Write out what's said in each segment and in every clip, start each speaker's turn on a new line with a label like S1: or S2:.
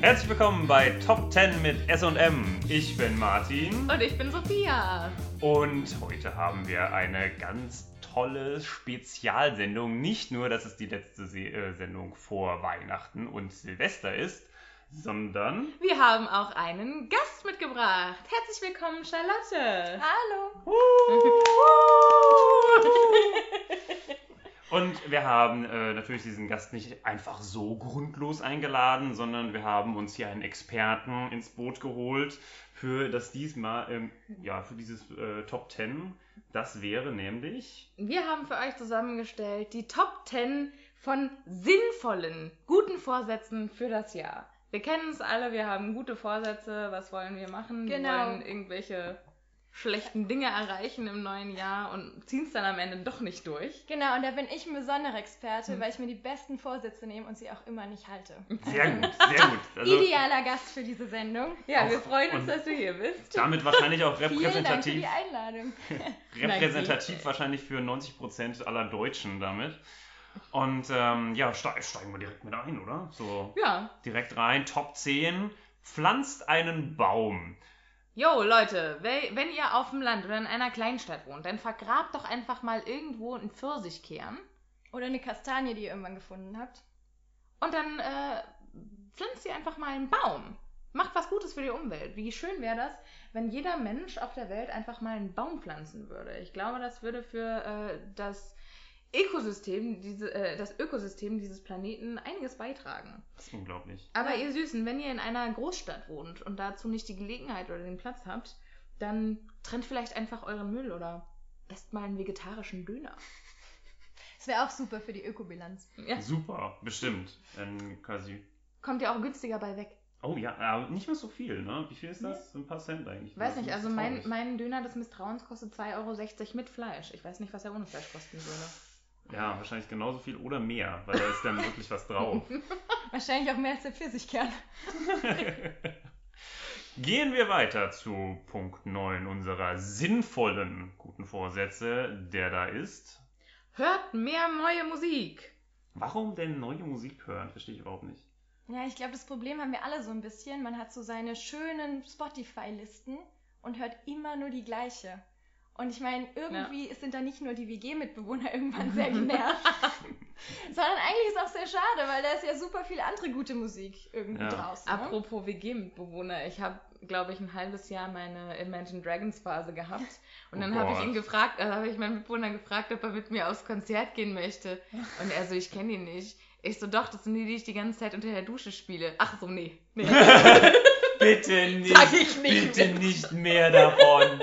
S1: Herzlich willkommen bei Top 10 mit SM. Ich bin Martin
S2: Und ich bin Sophia.
S1: und heute haben wir eine ganz tolle Spezialsendung. Nicht nur, dass es die letzte Se äh, Sendung vor Weihnachten und Silvester ist, sondern
S2: Wir haben auch einen Gast mitgebracht. Herzlich willkommen, Charlotte. Hallo.
S1: Und wir haben äh, natürlich diesen Gast nicht einfach so grundlos eingeladen, sondern wir haben uns hier einen Experten ins Boot geholt für das diesmal, ähm, ja, für dieses äh, Top 10. Das wäre nämlich.
S2: Wir haben für euch zusammengestellt die Top 10 von sinnvollen, guten Vorsätzen für das Jahr. Wir kennen es alle, wir haben gute Vorsätze. Was wollen wir machen?
S3: Genau.
S2: Wir wollen irgendwelche schlechten Dinge erreichen im neuen Jahr und ziehen es dann am Ende doch nicht durch.
S3: Genau, und da bin ich ein besonderer Experte,
S1: Hm.
S3: weil ich mir die besten Vorsätze nehme und sie auch immer nicht halte.
S1: Sehr gut, sehr gut. Also
S3: Idealer Gast für diese Sendung.
S2: Ja,
S1: Auch-
S2: wir freuen uns,
S1: und-
S2: dass du hier bist.
S1: damit wahrscheinlich auch
S3: Vielen Dank für
S1: repräsentativ,
S3: die Einladung.
S1: repräsentativ wahrscheinlich für 90% aller Deutschen damit. Und ähm, ja, ste steigen wir direkt mit ein, oder? So
S2: Ja,
S1: direkt rein. Top 10. Pflanzt einen Baum.
S2: Jo, Leute, wel- wenn ihr auf dem Land oder in einer Kleinstadt wohnt, dann vergrabt doch einfach mal irgendwo einen Pfirsichkern
S3: Oder eine Kastanie, die ihr irgendwann gefunden habt.
S2: und dann äh, pflanzt ihr einfach mal einen Baum. Macht was Gutes für die Umwelt. Wie schön wäre das, wenn jeder Mensch auf der Welt einfach mal einen Baum pflanzen würde. Ich glaube, das würde für äh, das Ökosystem, diese, äh, das Ökosystem dieses Planeten einiges beitragen.
S1: Das ist unglaublich.
S2: Aber
S3: Ja.
S2: ihr Süßen, wenn ihr in einer Großstadt wohnt und dazu nicht die Gelegenheit oder den Platz habt, dann trennt vielleicht einfach euren Müll oder esst mal einen vegetarischen Döner.
S3: Das wäre auch super für die Ökobilanz.
S2: Ja,
S1: Super, bestimmt. Dann quasi.
S2: kommt ja auch günstiger bei weg.
S1: Oh ja, aber nicht mehr so viel, ne? Wie viel ist das? Ein paar Cent eigentlich.
S2: Weiß
S1: Das
S2: nicht,
S1: ist
S2: also
S1: traurig.
S2: mein, mein Döner des Misstrauens kostet 2,60 Euro mit Fleisch. Ich weiß nicht, was er ohne Fleisch kosten würde.
S1: Ja, wahrscheinlich genauso viel oder mehr, weil da ist dann wirklich was drauf.
S3: Wahrscheinlich auch mehr als der Pfirsichkern.
S1: Gehen wir weiter zu Punkt 9 unserer sinnvollen guten Vorsätze, der da ist.
S2: Hört mehr neue Musik.
S1: Warum denn neue Musik hören? Verstehe ich überhaupt nicht.
S3: Ja, ich glaube, das Problem haben wir alle so ein bisschen. Man hat so seine schönen Spotify-Listen und hört immer nur die gleiche. Und ich meine, irgendwie sind da nicht nur die WG-Mitbewohner irgendwann sehr genervt, sondern eigentlich ist auch sehr schade, weil da ist ja super viel andere gute Musik irgendwie
S1: Ja.
S3: draußen. Ne?
S2: Apropos WG-Mitbewohner, ich habe, glaube ich, ein halbes Jahr meine Imagine Dragons Phase gehabt. Und
S1: Oh
S2: dann habe ich
S1: Gott.
S2: ihn gefragt, also habe ich meinen Mitbewohner gefragt, ob er mit mir aufs Konzert gehen möchte. Und er so, ich kenne ihn nicht. Ich so, doch, das sind die, die ich die ganze Zeit unter der Dusche spiele. Ach so, nee. nee.
S1: Bitte nicht,
S2: Sag ich nicht bitte mit.
S1: nicht mehr davon.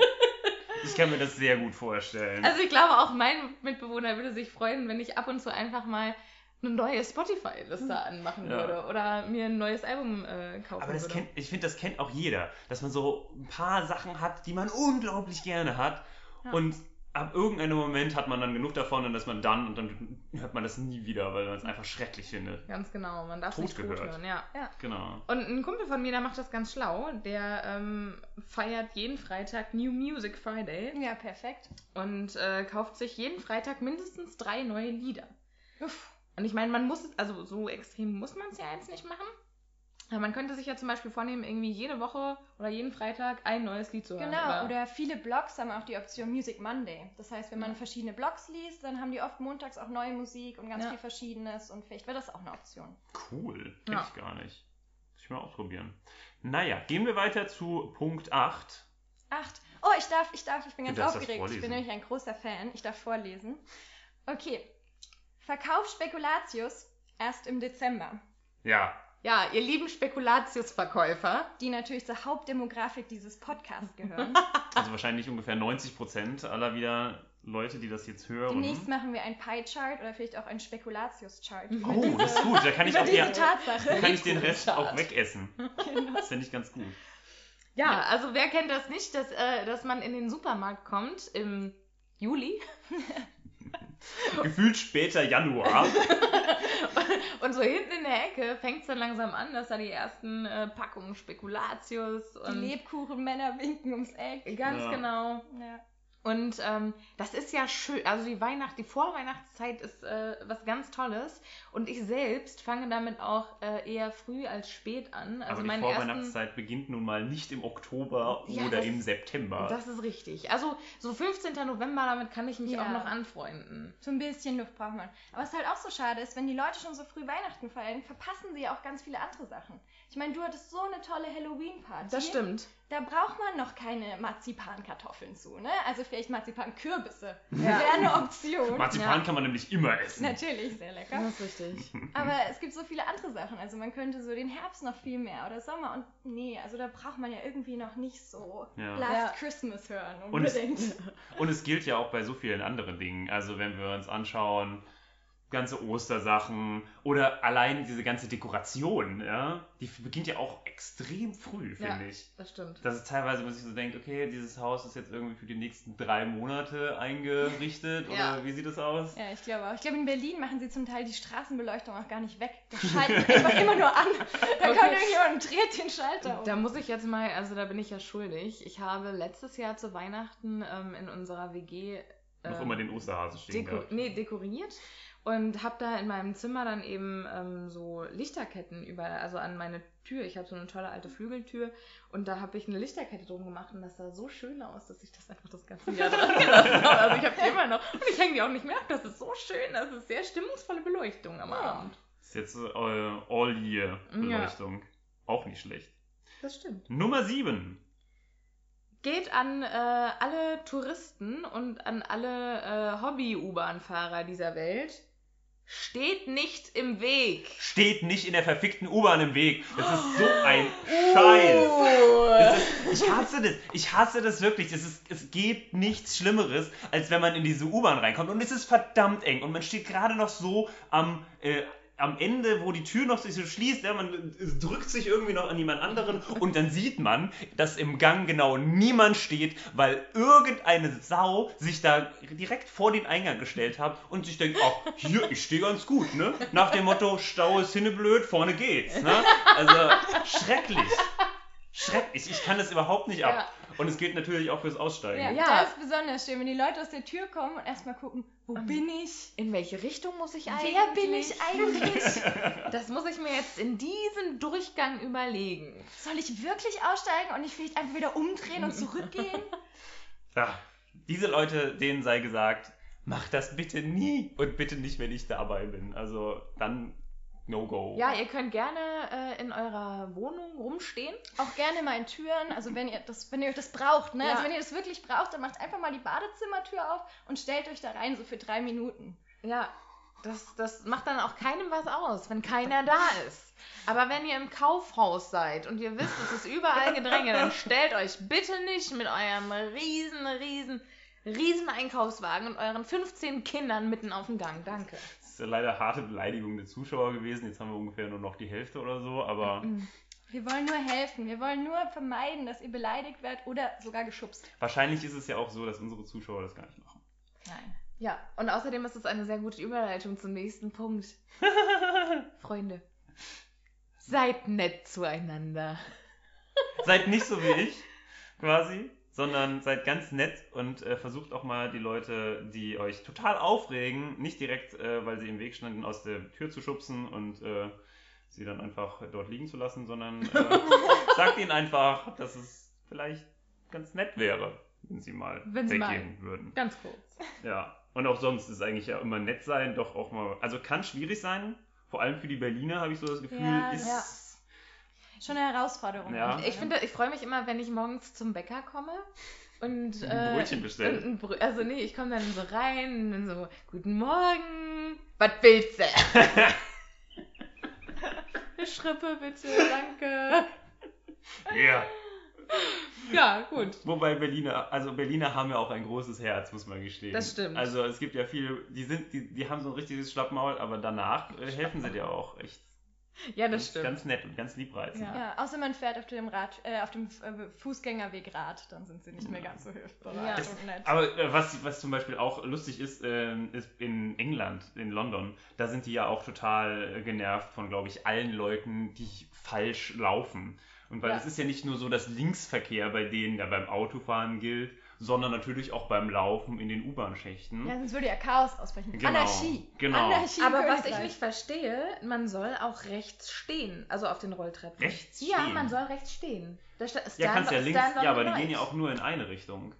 S1: Ich kann mir das sehr gut vorstellen.
S2: Also ich glaube, auch mein Mitbewohner würde sich freuen, wenn ich ab und zu einfach mal eine neue Spotify-Liste anmachen
S1: Hm. Ja.
S2: würde oder mir ein neues Album äh, kaufen
S1: Aber das
S2: würde.
S1: kennt, ich finde, das kennt auch jeder, dass man so ein paar Sachen hat, die man unglaublich gerne hat.
S2: Ja.
S1: Und ab irgendeinem Moment hat man dann genug davon und dass man dann und dann hört man das nie wieder, weil man es einfach schrecklich findet.
S2: Ganz genau, man darf
S1: Tot
S2: nicht tot
S1: gehört.
S2: hören, ja.
S1: Genau.
S2: Und ein Kumpel von mir, der macht das ganz schlau. Der ähm, feiert jeden Freitag New Music Friday
S3: Ja, perfekt.
S2: und äh, kauft sich jeden Freitag mindestens drei neue Lieder.
S3: Uff.
S2: Und ich meine, man muss es, also so extrem muss man es ja jetzt nicht machen. Aber man könnte sich ja zum Beispiel vornehmen, irgendwie jede Woche oder jeden Freitag ein neues Lied zu hören.
S3: Genau,
S2: oder-
S3: oder viele Blogs haben auch die Option Music Monday. Das heißt, wenn man verschiedene Blogs liest, dann haben die oft montags auch neue Musik und ganz
S2: Ja.
S3: viel Verschiedenes und vielleicht wäre das auch eine Option.
S1: Cool. Kenn
S2: Ja.
S1: ich gar nicht. Muss ich mal ausprobieren. Naja, gehen wir weiter zu Punkt 8.
S3: Acht. Oh, ich darf, ich darf, ich bin
S1: Du
S3: ganz
S1: darfst das
S3: aufgeregt. Ich
S1: vorlesen.
S3: bin nämlich ein großer Fan. Ich darf vorlesen. Okay. Verkauf Spekulatius erst im Dezember,
S1: Ja.
S2: Ja, ihr lieben Spekulatiusverkäufer.
S3: die natürlich zur Hauptdemografik dieses Podcasts gehören.
S1: Also wahrscheinlich ungefähr 90% aller wieder Leute, die das jetzt hören.
S3: Demnächst machen wir ein Pie-Chart oder vielleicht auch ein Spekulatius-Chart.
S2: Mhm.
S1: Oh, das ist gut. Da kann ich,
S3: Über
S1: auch, ja,
S3: diese Tatsache.
S1: kann ich den Rest
S2: Lebkuchenchart.
S1: auch wegessen. Das finde ich ganz gut.
S2: Ja, also wer kennt das nicht, dass, äh, dass man in den Supermarkt kommt im Juli Genau.
S1: Gefühlt später Januar.
S2: Also und so hinten in der Ecke fängt es dann langsam an, dass da die ersten äh, Packungen Spekulatius
S3: Die
S2: und
S3: Lebkuchenmänner winken ums Eck.
S2: ganz
S1: Ja.
S2: genau.
S3: Ja.
S2: Und ähm, das ist ja schön. Also die Weihnacht, die Vorweihnachtszeit ist äh, was ganz Tolles. Und ich selbst fange damit auch äh, eher früh als spät an. Also
S1: Aber die
S2: meine ersten-
S1: Vorweihnachtszeit beginnt nun mal nicht im Oktober
S2: Ja,
S1: oder
S2: das-
S1: im September.
S2: Das ist richtig. Also so 15. November, damit kann ich mich
S3: Ja.
S2: auch noch anfreunden.
S3: So ein bisschen Luft braucht man. Aber was halt auch so schade ist, wenn die Leute schon so früh Weihnachten feiern, verpassen sie ja auch ganz viele andere Sachen. Ich meine, du hattest so eine tolle Halloween-Party.
S2: Das stimmt.
S3: Da braucht man noch keine Marzipankartoffeln zu, ne? Also vielleicht Marzipankürbisse.
S2: Ja.
S3: Wäre eine Option.
S1: Marzipan
S2: ja.
S1: kann man nämlich immer essen.
S3: Natürlich, sehr lecker.
S2: Das ist richtig.
S3: Aber es gibt so viele andere Sachen. Also man könnte so den Herbst noch viel mehr oder Sommer und nee, also da braucht man ja irgendwie noch nicht so
S1: Ja.
S3: Last
S2: Ja.
S3: Christmas hören
S1: Und es-
S3: unbedingt.
S1: Und es gilt ja auch bei so vielen anderen Dingen. Also wenn wir uns anschauen, ganze Ostersachen oder allein diese ganze Dekoration, ja, die beginnt ja auch extrem früh,
S2: Ja.
S1: finde ich.
S2: Das stimmt.
S1: Dass es teilweise, man sich so denkt, okay, dieses Haus ist jetzt irgendwie für die nächsten drei Monate eingerichtet
S2: Ja.
S1: oder wie sieht es aus?
S3: ja, ich glaube auch. Ich glaube, in Berlin machen sie zum Teil die Straßenbeleuchtung auch gar nicht weg. Das schalten sie einfach immer nur an. Da
S2: Okay.
S3: kommt irgendjemand und dreht den Schalter um.
S2: Da muss ich jetzt mal, also da bin ich ja schuldig. Ich habe letztes Jahr zu Weihnachten ähm, in unserer WG
S1: Noch
S2: ähm,
S1: immer den Osterhase stehen
S2: Deko
S1: gehabt.
S2: nee, dekoriert und habe da in meinem Zimmer dann eben ähm, so Lichterketten über, also an meine Tür. Ich habe so eine tolle alte Flügeltür und da habe ich eine Lichterkette drum gemacht und das sah so schön aus, dass ich das einfach das ganze Jahr dran gelassen habe. Also ich habe die immer noch und ich hänge die auch nicht mehr ab. Das ist so schön, das ist sehr stimmungsvolle Beleuchtung am
S3: Ja.
S2: Abend.
S1: Das ist jetzt äh, All-Year-Beleuchtung. Auch nicht schlecht.
S2: Das stimmt.
S1: Nummer 7.
S2: Geht an äh, alle Touristen und an alle äh, Hobby-U-Bahn-Fahrer dieser Welt. Steht nicht im Weg.
S1: Steht nicht in der verfickten U-Bahn im Weg. Das ist so ein Scheiß. Das ist, ich hasse das. Ich hasse das wirklich. Das ist, es gibt nichts Schlimmeres, als wenn man in diese U-Bahn reinkommt. Und es ist verdammt eng. Und man steht gerade noch so am, äh, am Ende, wo die Tür noch sich so schließt. Ja, man äh, drückt sich irgendwie noch an jemand anderen. Und dann sieht man, dass im Gang genau niemand steht, weil irgendeine Sau sich da direkt vor den Eingang gestellt hat und sich denkt, ach, hier, ich stehe ganz gut. Ne? Nach dem Motto, Stau ist hinneblöd, vorne geht's. Ne? Also schrecklich. Schrecklich, ich kann das überhaupt nicht ab. Und es gilt natürlich auch fürs Aussteigen.
S3: ja,
S2: Ja.
S3: da ist besonders schön, wenn die Leute aus der Tür kommen und erstmal gucken, wo
S2: Ähm,
S3: bin ich?
S2: In welche Richtung muss ich eigentlich?
S3: Wer bin ich eigentlich?
S2: Das muss ich mir jetzt in diesem Durchgang überlegen.
S3: Soll ich wirklich aussteigen und nicht vielleicht einfach wieder umdrehen und zurückgehen?
S1: Ja. Diese Leute, denen sei gesagt, mach das bitte nie und bitte nicht, wenn ich dabei bin. Also dann no go.
S2: Ja, ihr könnt gerne äh, in eurer Wohnung rumstehen.
S3: Auch gerne mal in Türen, also wenn ihr das, wenn ihr das braucht, ne?
S2: Ja.
S3: Also wenn ihr das wirklich braucht, dann macht einfach mal die Badezimmertür auf und stellt euch da rein, so für drei Minuten.
S2: Ja, das, das macht dann auch keinem was aus, wenn keiner da ist. Aber wenn ihr im Kaufhaus seid und ihr wisst, es ist überall Gedränge, dann stellt euch bitte nicht mit eurem riesen, riesen, riesen Einkaufswagen und euren 15 Kindern mitten auf den Gang. Danke.
S1: Das ist ja leider harte Beleidigung der Zuschauer gewesen. Jetzt haben wir ungefähr nur noch die Hälfte oder so, aber
S2: Mhm.
S3: Wir wollen nur helfen, wir wollen nur vermeiden, dass ihr beleidigt werdet oder sogar geschubst.
S1: wahrscheinlich ist es ja auch so, dass unsere Zuschauer das gar nicht machen.
S3: Nein.
S2: Ja, und außerdem ist es eine sehr gute Überleitung zum nächsten Punkt. Freunde, seid nett zueinander.
S1: seid nicht so wie ich, quasi, sondern seid ganz nett und äh, versucht auch mal die Leute, die euch total aufregen, nicht direkt, äh, weil sie im Weg standen, aus der Tür zu schubsen und äh, sie dann einfach dort liegen zu lassen, sondern äh, sagt ihnen einfach, dass es vielleicht ganz nett wäre, wenn sie mal
S2: Wenn sie mal-
S1: weggehen würden.
S2: Ganz kurz.
S1: Ja, und auch sonst ist eigentlich ja immer nett sein, doch auch mal. Also kann schwierig sein, vor allem für die Berliner habe ich so das Gefühl,
S3: Ja,
S1: ist.
S2: ja.
S3: Schon eine Herausforderung.
S1: Ja.
S2: Ich finde, ich freue mich immer, wenn ich morgens zum Bäcker komme und äh,
S1: Ein Brötchen bestellen.
S2: und ein Brö- also nee, ich komme dann so rein und dann so, guten Morgen, was willst du? Eine Schrippe bitte, danke. äh,
S1: Yeah.
S2: Ja, gut.
S1: Wobei Berliner, also Berliner haben ja auch ein großes Herz, muss man gestehen.
S2: Das stimmt.
S1: Also es gibt ja viele, die sind, die, die haben so ein richtiges Schlappmaul, aber danach äh, helfen sie dir auch echt.
S2: Ja,
S1: ganz,
S2: das stimmt.
S1: Ganz nett und ganz liebreizend.
S2: Ja.
S3: Ja, außer man fährt auf dem, Rad, äh, auf dem äh, Fußgängerweg Rad, dann sind sie nicht mehr ganz so hilfsbereit
S2: Ja.
S3: und nett.
S1: Aber äh, was, was zum Beispiel auch lustig ist, ähm, ist in England, in London, da sind die ja auch total äh, genervt von, glaube ich, allen Leuten, die falsch laufen. Und weil
S2: Ja.
S1: es ist ja nicht nur so, dass Linksverkehr bei denen ja beim Autofahren gilt sondern natürlich auch beim Laufen in den U-Bahn-Schächten.
S3: Ja, sonst würde ja Chaos ausbrechen.
S1: Genau,
S3: Anarchie.
S1: genau.
S3: Anarchie im
S2: Aber was ich
S3: Königreich.
S2: nicht verstehe, man soll auch rechts stehen, also auf den Rolltreppen.
S1: Rechts
S2: Ja,
S1: stehen?
S2: man soll rechts stehen. Da sta- stand
S1: Ja, kannst ja
S2: stand
S1: links,
S2: on
S1: ja, aber die
S2: right.
S1: gehen ja auch nur in eine Richtung.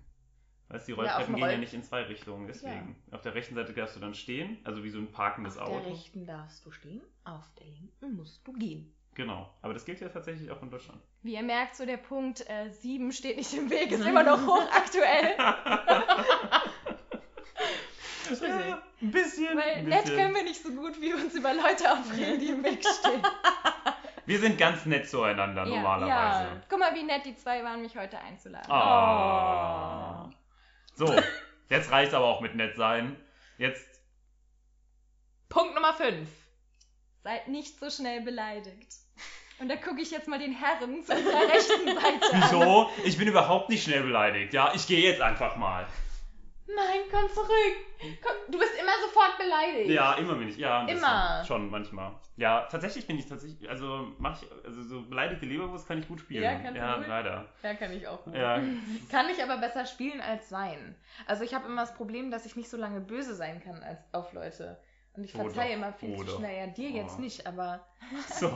S1: Weißt du, die
S2: auf
S1: Rolltreppen
S2: dem
S1: gehen ja
S2: Roll-
S1: nicht in zwei Richtungen, deswegen. Auf der rechten Seite darfst du dann stehen, also wie so ein parkendes
S2: Auf
S1: Auto.
S2: der rechten darfst du stehen, auf der linken musst du gehen.
S1: Genau. Aber das gilt ja tatsächlich auch in Deutschland.
S3: Wie ihr merkt, so der Punkt äh, 7 steht nicht im Weg,
S2: Mhm.
S3: ist immer noch hochaktuell.
S1: Ja, ein bisschen.
S3: Weil
S1: ein
S3: nett können
S1: bisschen.
S3: wir nicht so gut, wie wir uns über Leute aufregen, die im Weg stehen.
S1: Wir sind ganz nett zueinander
S3: Ja. Oh.
S1: normalerweise.
S3: Guck mal, wie nett die zwei waren, mich heute einzuladen.
S1: Ah. So, jetzt reicht's aber auch mit nett sein. Jetzt
S2: Punkt Nummer 5.
S3: Seid nicht so schnell beleidigt. Und da gucke ich jetzt mal den Herren zu unserer rechten Seite an.
S1: Wieso? Ich bin überhaupt nicht schnell beleidigt. Ja, ich gehe jetzt einfach mal.
S2: Nein, komm zurück. Komm, du bist immer sofort beleidigt.
S1: Ja, immer bin ich. Ja, ein bisschen.
S2: Immer.
S1: Schon manchmal. Ja, tatsächlich bin ich tatsächlich. Also mach ich, also so beleidigte Leberwurst kann ich gut spielen.
S2: Ja, kannst du
S1: ja
S2: gut.
S1: leider.
S2: Ja, kann ich auch gut.
S1: Ja,
S2: Kann ich aber besser spielen als sein. Also ich habe immer das Problem, dass ich nicht so lange böse sein kann als auf Leute. Und ich
S1: Oh
S2: verzeihe
S1: doch,
S2: immer viel
S1: oh
S2: zu
S1: doch.
S2: schnell. Ja, dir jetzt
S1: Oh.
S2: nicht, aber
S1: so.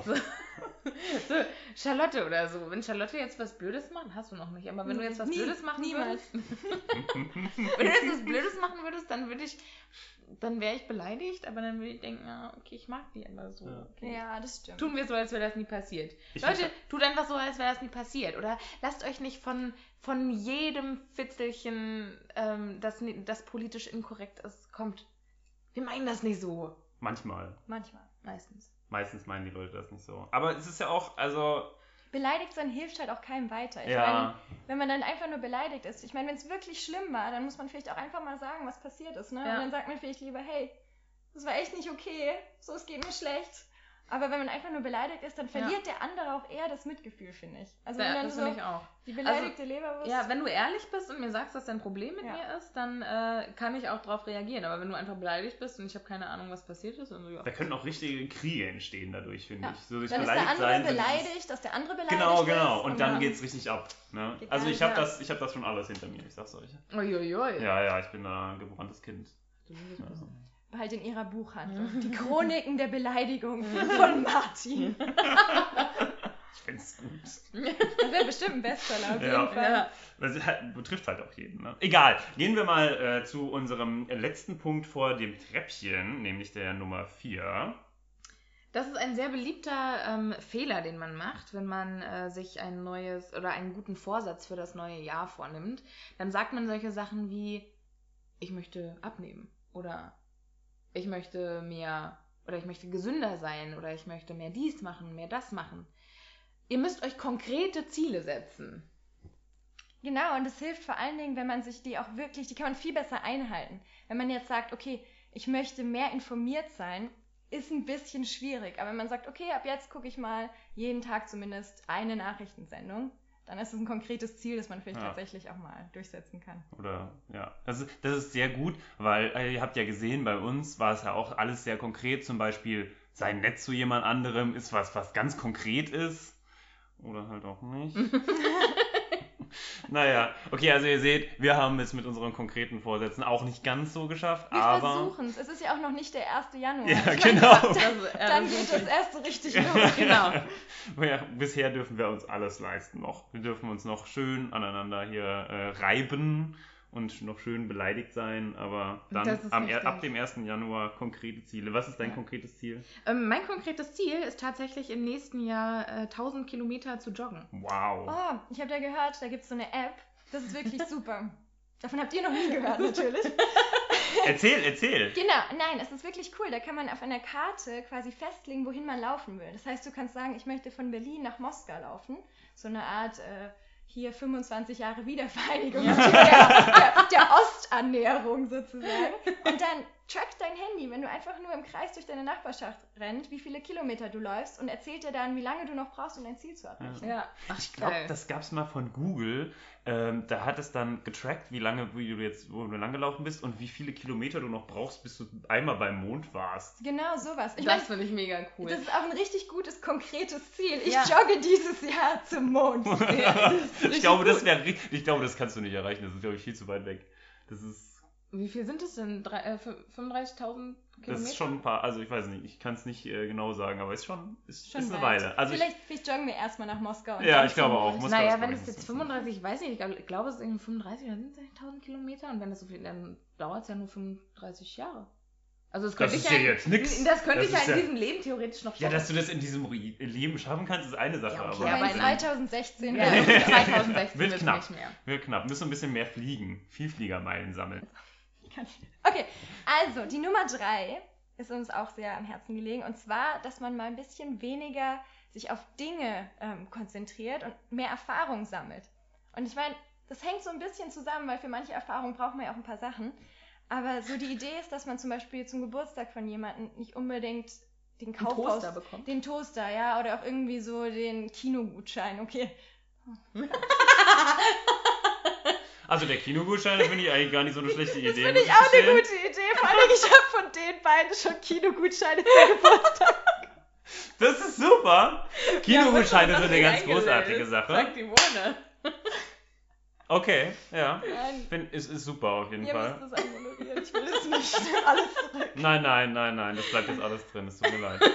S2: so, Charlotte oder so. Wenn Charlotte jetzt was Blödes macht, hast du noch nicht. Aber wenn du jetzt was
S3: Nie,
S2: Blödes machen
S3: niemals.
S2: würdest, wenn du jetzt was Blödes machen würdest, dann würde ich, dann wäre ich beleidigt, aber dann würde ich denken, ah, okay, ich mag die aber so.
S1: Ja.
S2: Okay.
S3: Ja, das stimmt.
S2: Tun wir so, als wäre das nie passiert.
S1: Ich
S2: Leute, tut einfach so, als wäre das nie passiert. Oder lasst euch nicht von, von jedem Fitzelchen, ähm, das, ni- das politisch inkorrekt ist, kommt. Wir meinen das nicht so.
S1: Manchmal.
S3: Manchmal.
S2: Meistens.
S1: Meistens meinen die Leute das nicht so. Aber es ist ja auch, also.
S3: Beleidigt sein hilft halt auch keinem weiter. Ich
S1: ja.
S3: meine, wenn man dann einfach nur beleidigt ist. Ich meine, wenn es wirklich schlimm war, dann muss man vielleicht auch einfach mal sagen, was passiert ist. Ne?
S2: Ja.
S3: Und dann sagt man vielleicht lieber, hey, das war echt nicht okay. So, es geht mir schlecht. Aber wenn man einfach nur beleidigt ist, dann verliert der andere auch eher das Mitgefühl, finde ich. Also wenn
S2: ja,
S3: dann
S2: das
S3: so
S2: finde ich auch.
S3: die beleidigte Leberwurst.
S2: Ja, wenn du ehrlich bist und mir sagst, dass dein Problem mit
S3: Ja.
S2: mir ist, dann äh, kann ich auch darauf reagieren. Aber wenn du einfach beleidigt bist und ich habe keine Ahnung, was passiert ist, und so, ja.
S1: Da können auch richtige Kriege entstehen dadurch, finde
S3: Ja.
S1: ich. So durch
S3: dann ist der
S1: beleidigt
S3: andere
S1: sein. so dieses-
S3: beleidigt, dass der andere beleidigt
S1: Genau,
S3: ist.
S1: genau. Und dann
S3: dann-
S1: geht's richtig ab. Ne?
S3: Geht
S1: Also
S3: gar
S1: ich
S3: nicht
S1: habe
S3: ab.
S1: das, ich hab das schon alles hinter mir, ich sag's euch.
S2: Uiuiui.
S1: Ja, ja, ich bin da ein gebranntes Kind.
S2: Du liebes
S1: Ja.
S2: bisschen.
S3: halt in ihrer
S2: Mhm.
S3: Buchhandlung. Die Chroniken der Beleidigung von Martin.
S1: Ich find's gut.
S3: Das wäre bestimmt ein Bestseller, auf
S1: Ja.
S3: jeden Fall.
S2: Ja.
S1: Das hat- betrifft halt auch jeden. Ne? Egal, gehen wir mal äh, zu unserem letzten Punkt vor dem Treppchen, nämlich der Nummer 4.
S2: Das ist ein sehr beliebter ähm, Fehler, den man macht, wenn man äh, sich ein neues oder einen guten Vorsatz für das neue Jahr vornimmt. Dann sagt man solche Sachen wie, ich möchte abnehmen oder ich möchte mehr oder ich möchte gesünder sein oder ich möchte mehr dies machen, mehr das machen. Ihr müsst euch konkrete Ziele setzen.
S3: Genau, und es hilft vor allen Dingen, wenn man sich die auch wirklich, die kann man viel besser einhalten. Wenn man jetzt sagt, okay, ich möchte mehr informiert sein, ist ein bisschen schwierig. Aber wenn man sagt, okay, ab jetzt gucke ich mal jeden Tag zumindest eine Nachrichtensendung, dann ist es ein konkretes Ziel, das man vielleicht
S1: Ja.
S3: tatsächlich auch mal durchsetzen kann.
S1: Oder ja, das ist, das ist sehr gut, weil äh, ihr habt ja gesehen, bei uns war es ja auch alles sehr konkret. Zum Beispiel, sei nett zu jemand anderem ist was, was ganz konkret ist. Oder halt auch nicht. naja, okay, also ihr seht, wir haben es mit unseren konkreten Vorsätzen auch nicht ganz so geschafft,
S3: Wir
S1: aber.
S3: versuchen es. Es ist ja auch noch nicht der 1. Januar.
S1: Ja,
S3: Ich meine,
S1: genau.
S2: Das, ja,
S3: Dann
S2: das
S3: geht
S2: ist
S3: das
S2: richtig.
S3: erst so richtig los.
S2: Genau.
S1: Ja, bisher dürfen wir uns alles leisten noch. Wir dürfen uns noch schön aneinander hier äh, reiben und noch schön beleidigt sein, aber
S2: Das
S1: dann
S2: ist
S1: am, er-
S2: richtig.
S1: ab dem 1. Januar konkrete Ziele. Was ist dein
S2: Ja.
S1: konkretes Ziel?
S2: Ähm, mein konkretes Ziel ist tatsächlich im nächsten Jahr äh, 1000 Kilometer zu joggen.
S1: Wow.
S3: Oh, ich habe da gehört, da gibt es so eine App. Das ist wirklich super. Davon habt ihr noch nie gehört, natürlich.
S2: Oh.
S1: Erzähl, erzähl.
S3: Genau, nein, es ist wirklich cool. Da kann man auf einer Karte quasi festlegen, wohin man laufen will. Das heißt, du kannst sagen, ich möchte von Berlin nach Moskau laufen. So eine Art äh, hier 25 Jahre Wiedervereinigung der, der, der Ostannäherung sozusagen. Und dann Track dein Handy, wenn du einfach nur im Kreis durch deine Nachbarschaft rennst, wie viele Kilometer du läufst und erzählt dir dann, wie lange du noch brauchst, um dein Ziel zu erreichen.
S2: Ja.
S1: Ach, ich glaube,
S2: Geil.
S1: das gab es mal von Google. Ähm, da hat es dann getrackt, wie lange wie du jetzt wo du lang gelaufen bist und wie viele Kilometer du noch brauchst, bis du einmal beim Mond warst.
S3: Genau sowas. Ich
S2: das
S3: meine,
S2: finde ich mega cool.
S3: das ist auch ein richtig gutes, konkretes Ziel. Ich
S2: Ja.
S3: jogge dieses Jahr zum Mond.
S1: ich glaube, das wäre richtig. Ich glaube, das kannst du nicht erreichen. Das ist, glaube ich, viel zu weit weg. Das ist,
S2: Wie viel sind es denn? Drei- äh, fün- 35.000 Kilometer?
S1: das ist schon ein paar. Also ich weiß nicht, ich kann es nicht äh, genau sagen, aber ist schon, ist,
S3: Schon
S1: ist eine
S3: weit.
S1: Weile. Also ich,
S3: vielleicht, vielleicht joggen wir erstmal nach Moskau. und
S1: ja,
S3: dann
S1: ich glaube
S3: zum
S1: auch.
S3: Mond.
S1: Muss
S2: naja,
S1: ganz
S2: wenn
S1: gut
S2: es jetzt
S1: sein.
S2: 35, ich weiß nicht, ich glaube, es ist irgendwie 35 oder 70.000 Kilometer und wenn das so viel, dann dauert es ja nur 35 Jahre. Also
S1: Das
S2: das könnte ich
S1: ist ja jetzt nix.
S2: Das könnte
S1: Das
S2: ich ja
S1: ist
S2: in
S1: ja-
S2: diesem Leben theoretisch noch
S1: Ja,
S2: schaffen.
S1: dass du das in diesem Re- Leben schaffen kannst, ist eine Sache,
S2: Ja, okay,
S1: aber
S3: Ja,
S2: aber
S3: aber
S2: in-
S3: 2016
S2: ja,
S3: wäre-
S2: 2016
S1: Wird
S2: wird's
S1: knapp.
S2: nicht mehr.
S1: wird knapp. Müssen ein bisschen mehr fliegen, Vielfliegermeilen sammeln.
S3: Okay, also die Nummer drei ist uns auch sehr am Herzen gelegen und zwar, dass man mal ein bisschen weniger sich auf Dinge ähm, konzentriert und mehr Erfahrung sammelt. Und ich meine, das hängt so ein bisschen zusammen, weil für manche Erfahrungen braucht man ja auch ein paar Sachen. Aber so die Idee ist, dass man zum Beispiel zum Geburtstag von jemandem nicht unbedingt den
S2: Einen
S3: Kaufhaus,
S2: Toaster bekommen.
S3: den Toaster, ja, oder auch irgendwie so den Kinogutschein, okay.
S1: Also der Kinogutschein, das finde ich eigentlich gar nicht so eine schlechte Idee.
S3: Finde ich
S1: muss
S3: auch eine
S1: gestehen.
S3: gute Idee. Vor allem, ich habe von den beiden schon Kinogutscheine für Geburtstag.
S1: Das ist super. Kinogutscheine
S2: Ja,
S1: sind eine ganz großartige Sache.
S2: Sagt die Wohne.
S1: Okay, ja.
S3: Nein,
S1: Find, es ist super auf jeden
S3: ihr
S1: Fall.
S3: müsst es anmoderieren. Ich will es nicht. Alles zurück.
S1: Nein, nein, nein, nein, das bleibt jetzt alles drin. Es tut mir leid.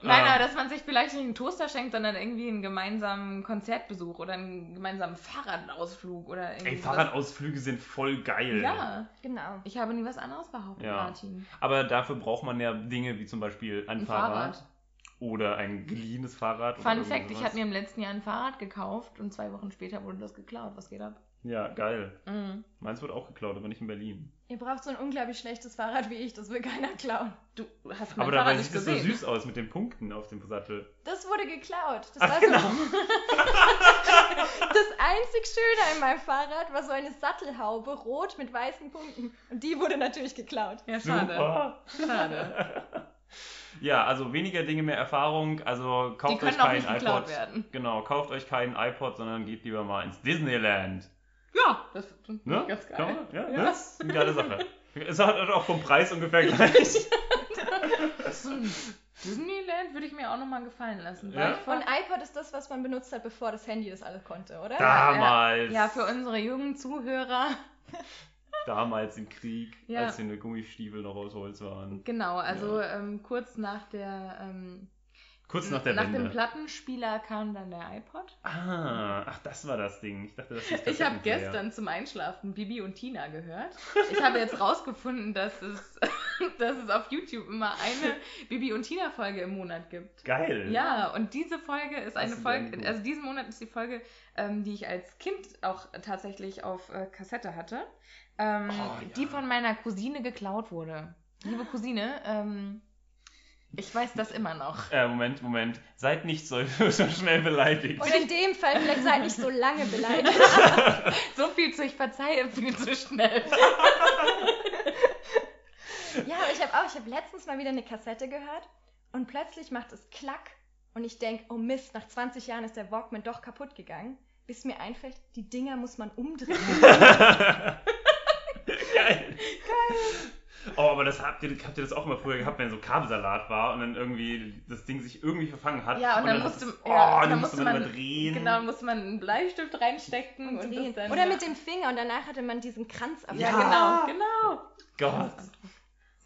S2: Nein,
S1: Ah.
S2: aber dass man sich vielleicht nicht einen Toaster schenkt, sondern irgendwie einen gemeinsamen Konzertbesuch oder einen gemeinsamen Fahrradausflug oder irgendwie.
S1: Ey,
S2: sowas.
S1: Fahrradausflüge sind voll geil.
S2: Ja,
S3: Genau.
S2: ich habe nie was anderes behauptet,
S1: Ja.
S2: Martin.
S1: Aber dafür braucht man ja Dinge wie zum Beispiel ein,
S2: Ein
S1: Fahrrad,
S2: Fahrrad.
S1: oder ein geliehenes Fahrrad. oder
S2: Fun
S1: irgendwie
S2: Fact: Ich
S1: sowas.
S2: habe mir im letzten Jahr ein Fahrrad gekauft und zwei Wochen später wurde das geklaut. Was geht ab?
S1: Ja, geil.
S2: Mhm.
S1: Meins wird auch geklaut, aber nicht in Berlin.
S3: Ihr braucht so ein unglaublich schlechtes Fahrrad wie ich. Das will keiner klauen.
S2: Du hast mein
S1: Aber
S2: Fahrrad
S1: dabei
S2: nicht
S1: sieht es so
S2: gesehen.
S1: süß aus mit den Punkten auf dem Sattel.
S3: Das wurde geklaut. Das
S1: Ach,
S3: war
S1: genau.
S3: so das einzig Schöne an meinem Fahrrad war so eine Sattelhaube, rot mit weißen Punkten. Und die wurde natürlich geklaut.
S2: Ja, schade.
S1: Super.
S2: schade.
S1: Ja, also weniger Dinge, mehr Erfahrung. Also
S2: Die
S1: kauft euch
S2: können auch
S1: keinen
S2: nicht geklaut
S1: iPod.
S2: werden.
S1: Genau, kauft euch keinen iPod, sondern geht lieber mal ins Disneyland.
S2: Ja, das ist
S1: Ne?
S2: ganz geil.
S1: Kann man- Ja,
S2: Ja.
S1: Ne? Das ist eine geile Sache. Es hat auch vom Preis ungefähr gleich.
S2: So ein Disneyland würde ich mir auch nochmal gefallen lassen.
S1: Ja.
S2: Weil ich vor-
S3: Und iPod ist das, was man benutzt hat, bevor das Handy das alles konnte, oder?
S1: Damals.
S2: Ja, für unsere jungen Zuhörer.
S1: Damals im Krieg,
S2: Ja.
S1: als die Gummistiefel noch aus Holz waren.
S2: Genau, also ähm, kurz nach der ähm,
S1: Kurz nach der
S2: nach dem
S1: Wende.
S2: Plattenspieler kam dann der iPod.
S1: Ah, ach, das war das Ding. Ich dachte, das ist
S2: Ich habe
S1: Kassettenplayer.
S2: gestern zum Einschlafen Bibi und Tina gehört. Ich habe jetzt rausgefunden, dass es, dass es auf YouTube immer eine Bibi und Tina Folge im Monat gibt.
S1: Geil.
S2: Ja, und diese Folge ist
S1: Äh, Das
S2: eine
S1: ist sehr gut.
S2: Folge, also diesen Monat ist die Folge, ähm, die ich als Kind auch tatsächlich auf äh, Kassette hatte, ähm,
S1: Oh, ja.
S2: die von meiner Cousine geklaut wurde. Liebe Cousine, ähm, ich weiß das immer noch.
S1: Äh, Moment, Moment. Seid nicht so, so schnell
S2: Oh,
S1: beleidigt.
S3: Und in dem Fall vielleicht seid nicht so lange beleidigt.
S2: So viel zu, ich verzeihe viel zu schnell.
S3: Ja, aber ich habe auch, ich habe letztens mal wieder eine Kassette gehört und plötzlich macht es Klack und ich denk, oh Mist, nach 20 Jahren ist der Walkman doch kaputt gegangen, bis mir einfällt, die Dinger muss man umdrehen.
S1: Geil. Oh, aber das habt ihr, habt ihr das auch mal früher gehabt, wenn so Kabelsalat war und dann irgendwie das Ding sich irgendwie verfangen hat.
S2: Ja, und, dann,
S1: hat
S2: musste,
S1: es- oh,
S2: ja,
S1: dann musste man, immer drehen.
S2: Genau, musste man einen Bleistift reinstecken und,
S3: Drehen.
S2: das dann,
S3: Oder mit dem Finger und danach hatte man diesen Kranz am
S2: Ja,
S1: Ja.
S2: genau, genau.
S1: Gott,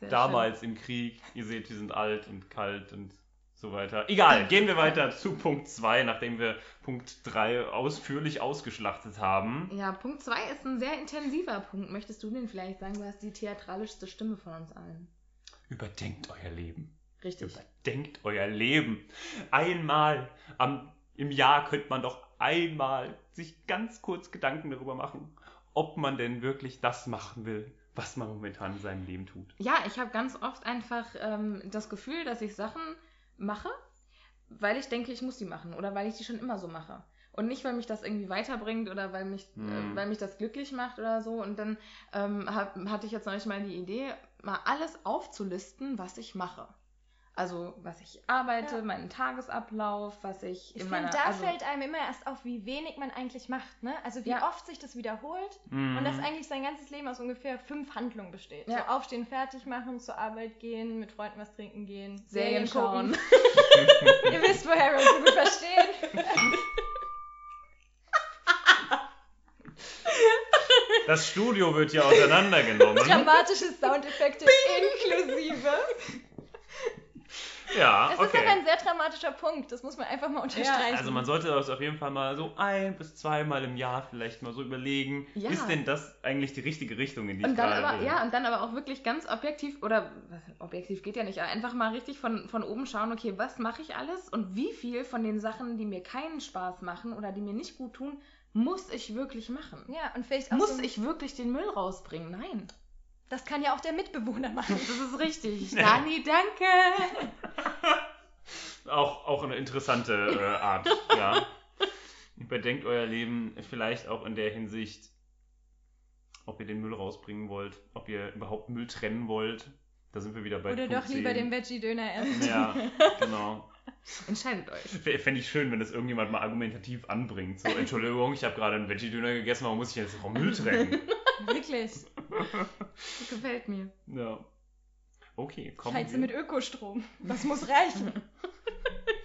S2: Sehr
S1: damals im Krieg, ihr seht, die sind alt und kalt und so weiter. Egal, gehen wir weiter zu Punkt 2, nachdem wir Punkt 3 ausführlich ausgeschlachtet haben.
S2: Schön. Ja, Punkt 2 ist ein sehr intensiver Punkt. Möchtest du den vielleicht sagen? Du hast die theatralischste Stimme von uns allen.
S1: Überdenkt euer Leben.
S2: Richtig.
S1: Überdenkt euer Leben. Einmal am, im Jahr könnte man doch einmal sich ganz kurz Gedanken darüber machen, ob man denn wirklich das machen will, was man momentan in seinem Leben tut.
S2: Ja, ich habe ganz oft einfach ähm, das Gefühl, dass ich Sachen mache, weil ich denke, ich muss die machen oder weil ich die schon immer so mache. Und nicht, weil mich das irgendwie weiterbringt oder weil mich,
S1: Mhm.
S2: äh, weil mich das glücklich macht oder so. Und dann ähm, hab, hatte ich jetzt neulich mal die Idee, mal alles aufzulisten, was ich mache. Also, was ich arbeite,
S3: Ja.
S2: meinen Tagesablauf, was ich in
S3: Ich finde,
S2: meiner...
S3: da
S2: also,
S3: fällt einem immer erst auf, wie wenig man eigentlich macht, ne? Also wie
S2: Ja.
S3: oft sich das wiederholt
S1: Mhm.
S3: und dass eigentlich sein ganzes Leben aus ungefähr fünf Handlungen besteht.
S2: Ja.
S3: So aufstehen, fertig machen, zur Arbeit gehen, mit Freunden was trinken gehen,
S2: Serien schauen.
S3: gucken. Ihr wisst, woher wir uns so gut verstehen.
S1: Das Studio wird hier auseinandergenommen.
S3: Dramatische Soundeffekte inklusive.
S1: ja,
S3: Es ist auch
S1: Ah, okay.
S3: ein sehr dramatischer Punkt, das muss man einfach mal unterstreichen.
S1: Also man sollte das auf jeden Fall mal so ein bis zweimal im Jahr vielleicht mal so überlegen,
S2: Ja.
S1: ist denn das eigentlich die richtige Richtung, in die ich
S2: Und dann
S1: gerade
S2: aber,
S1: will?
S2: ja, und dann aber auch wirklich ganz objektiv, oder was- objektiv geht ja nicht, aber einfach mal richtig von, von oben schauen, okay, was mache ich alles und wie viel von den Sachen, die mir keinen Spaß machen oder die mir nicht gut tun, muss ich wirklich machen?
S3: ja, und vielleicht auch
S2: Muss
S3: so,
S2: ich wirklich den Müll rausbringen? Nein.
S3: Das kann ja auch der Mitbewohner machen.
S2: Das ist richtig. Dani, danke.
S1: Auch, auch eine interessante äh, Art, ja. Überdenkt euer Leben vielleicht auch in der Hinsicht, ob ihr den Müll rausbringen wollt, ob ihr überhaupt Müll trennen wollt. Da sind wir wieder bei
S3: Oder
S1: Punkt
S3: doch lieber
S1: 10.
S3: den Veggie-Döner essen.
S1: Ja, genau.
S2: Entscheidet euch.
S1: Fände ich schön, wenn das irgendjemand mal argumentativ anbringt. So, Entschuldigung, ich habe gerade einen Veggie-Döner gegessen, warum muss ich jetzt auch Müll trennen?
S3: Wirklich.
S2: Das gefällt mir.
S1: Ja. Okay, kommen
S3: Heize
S1: wir.
S3: mit Ökostrom. Das muss reichen.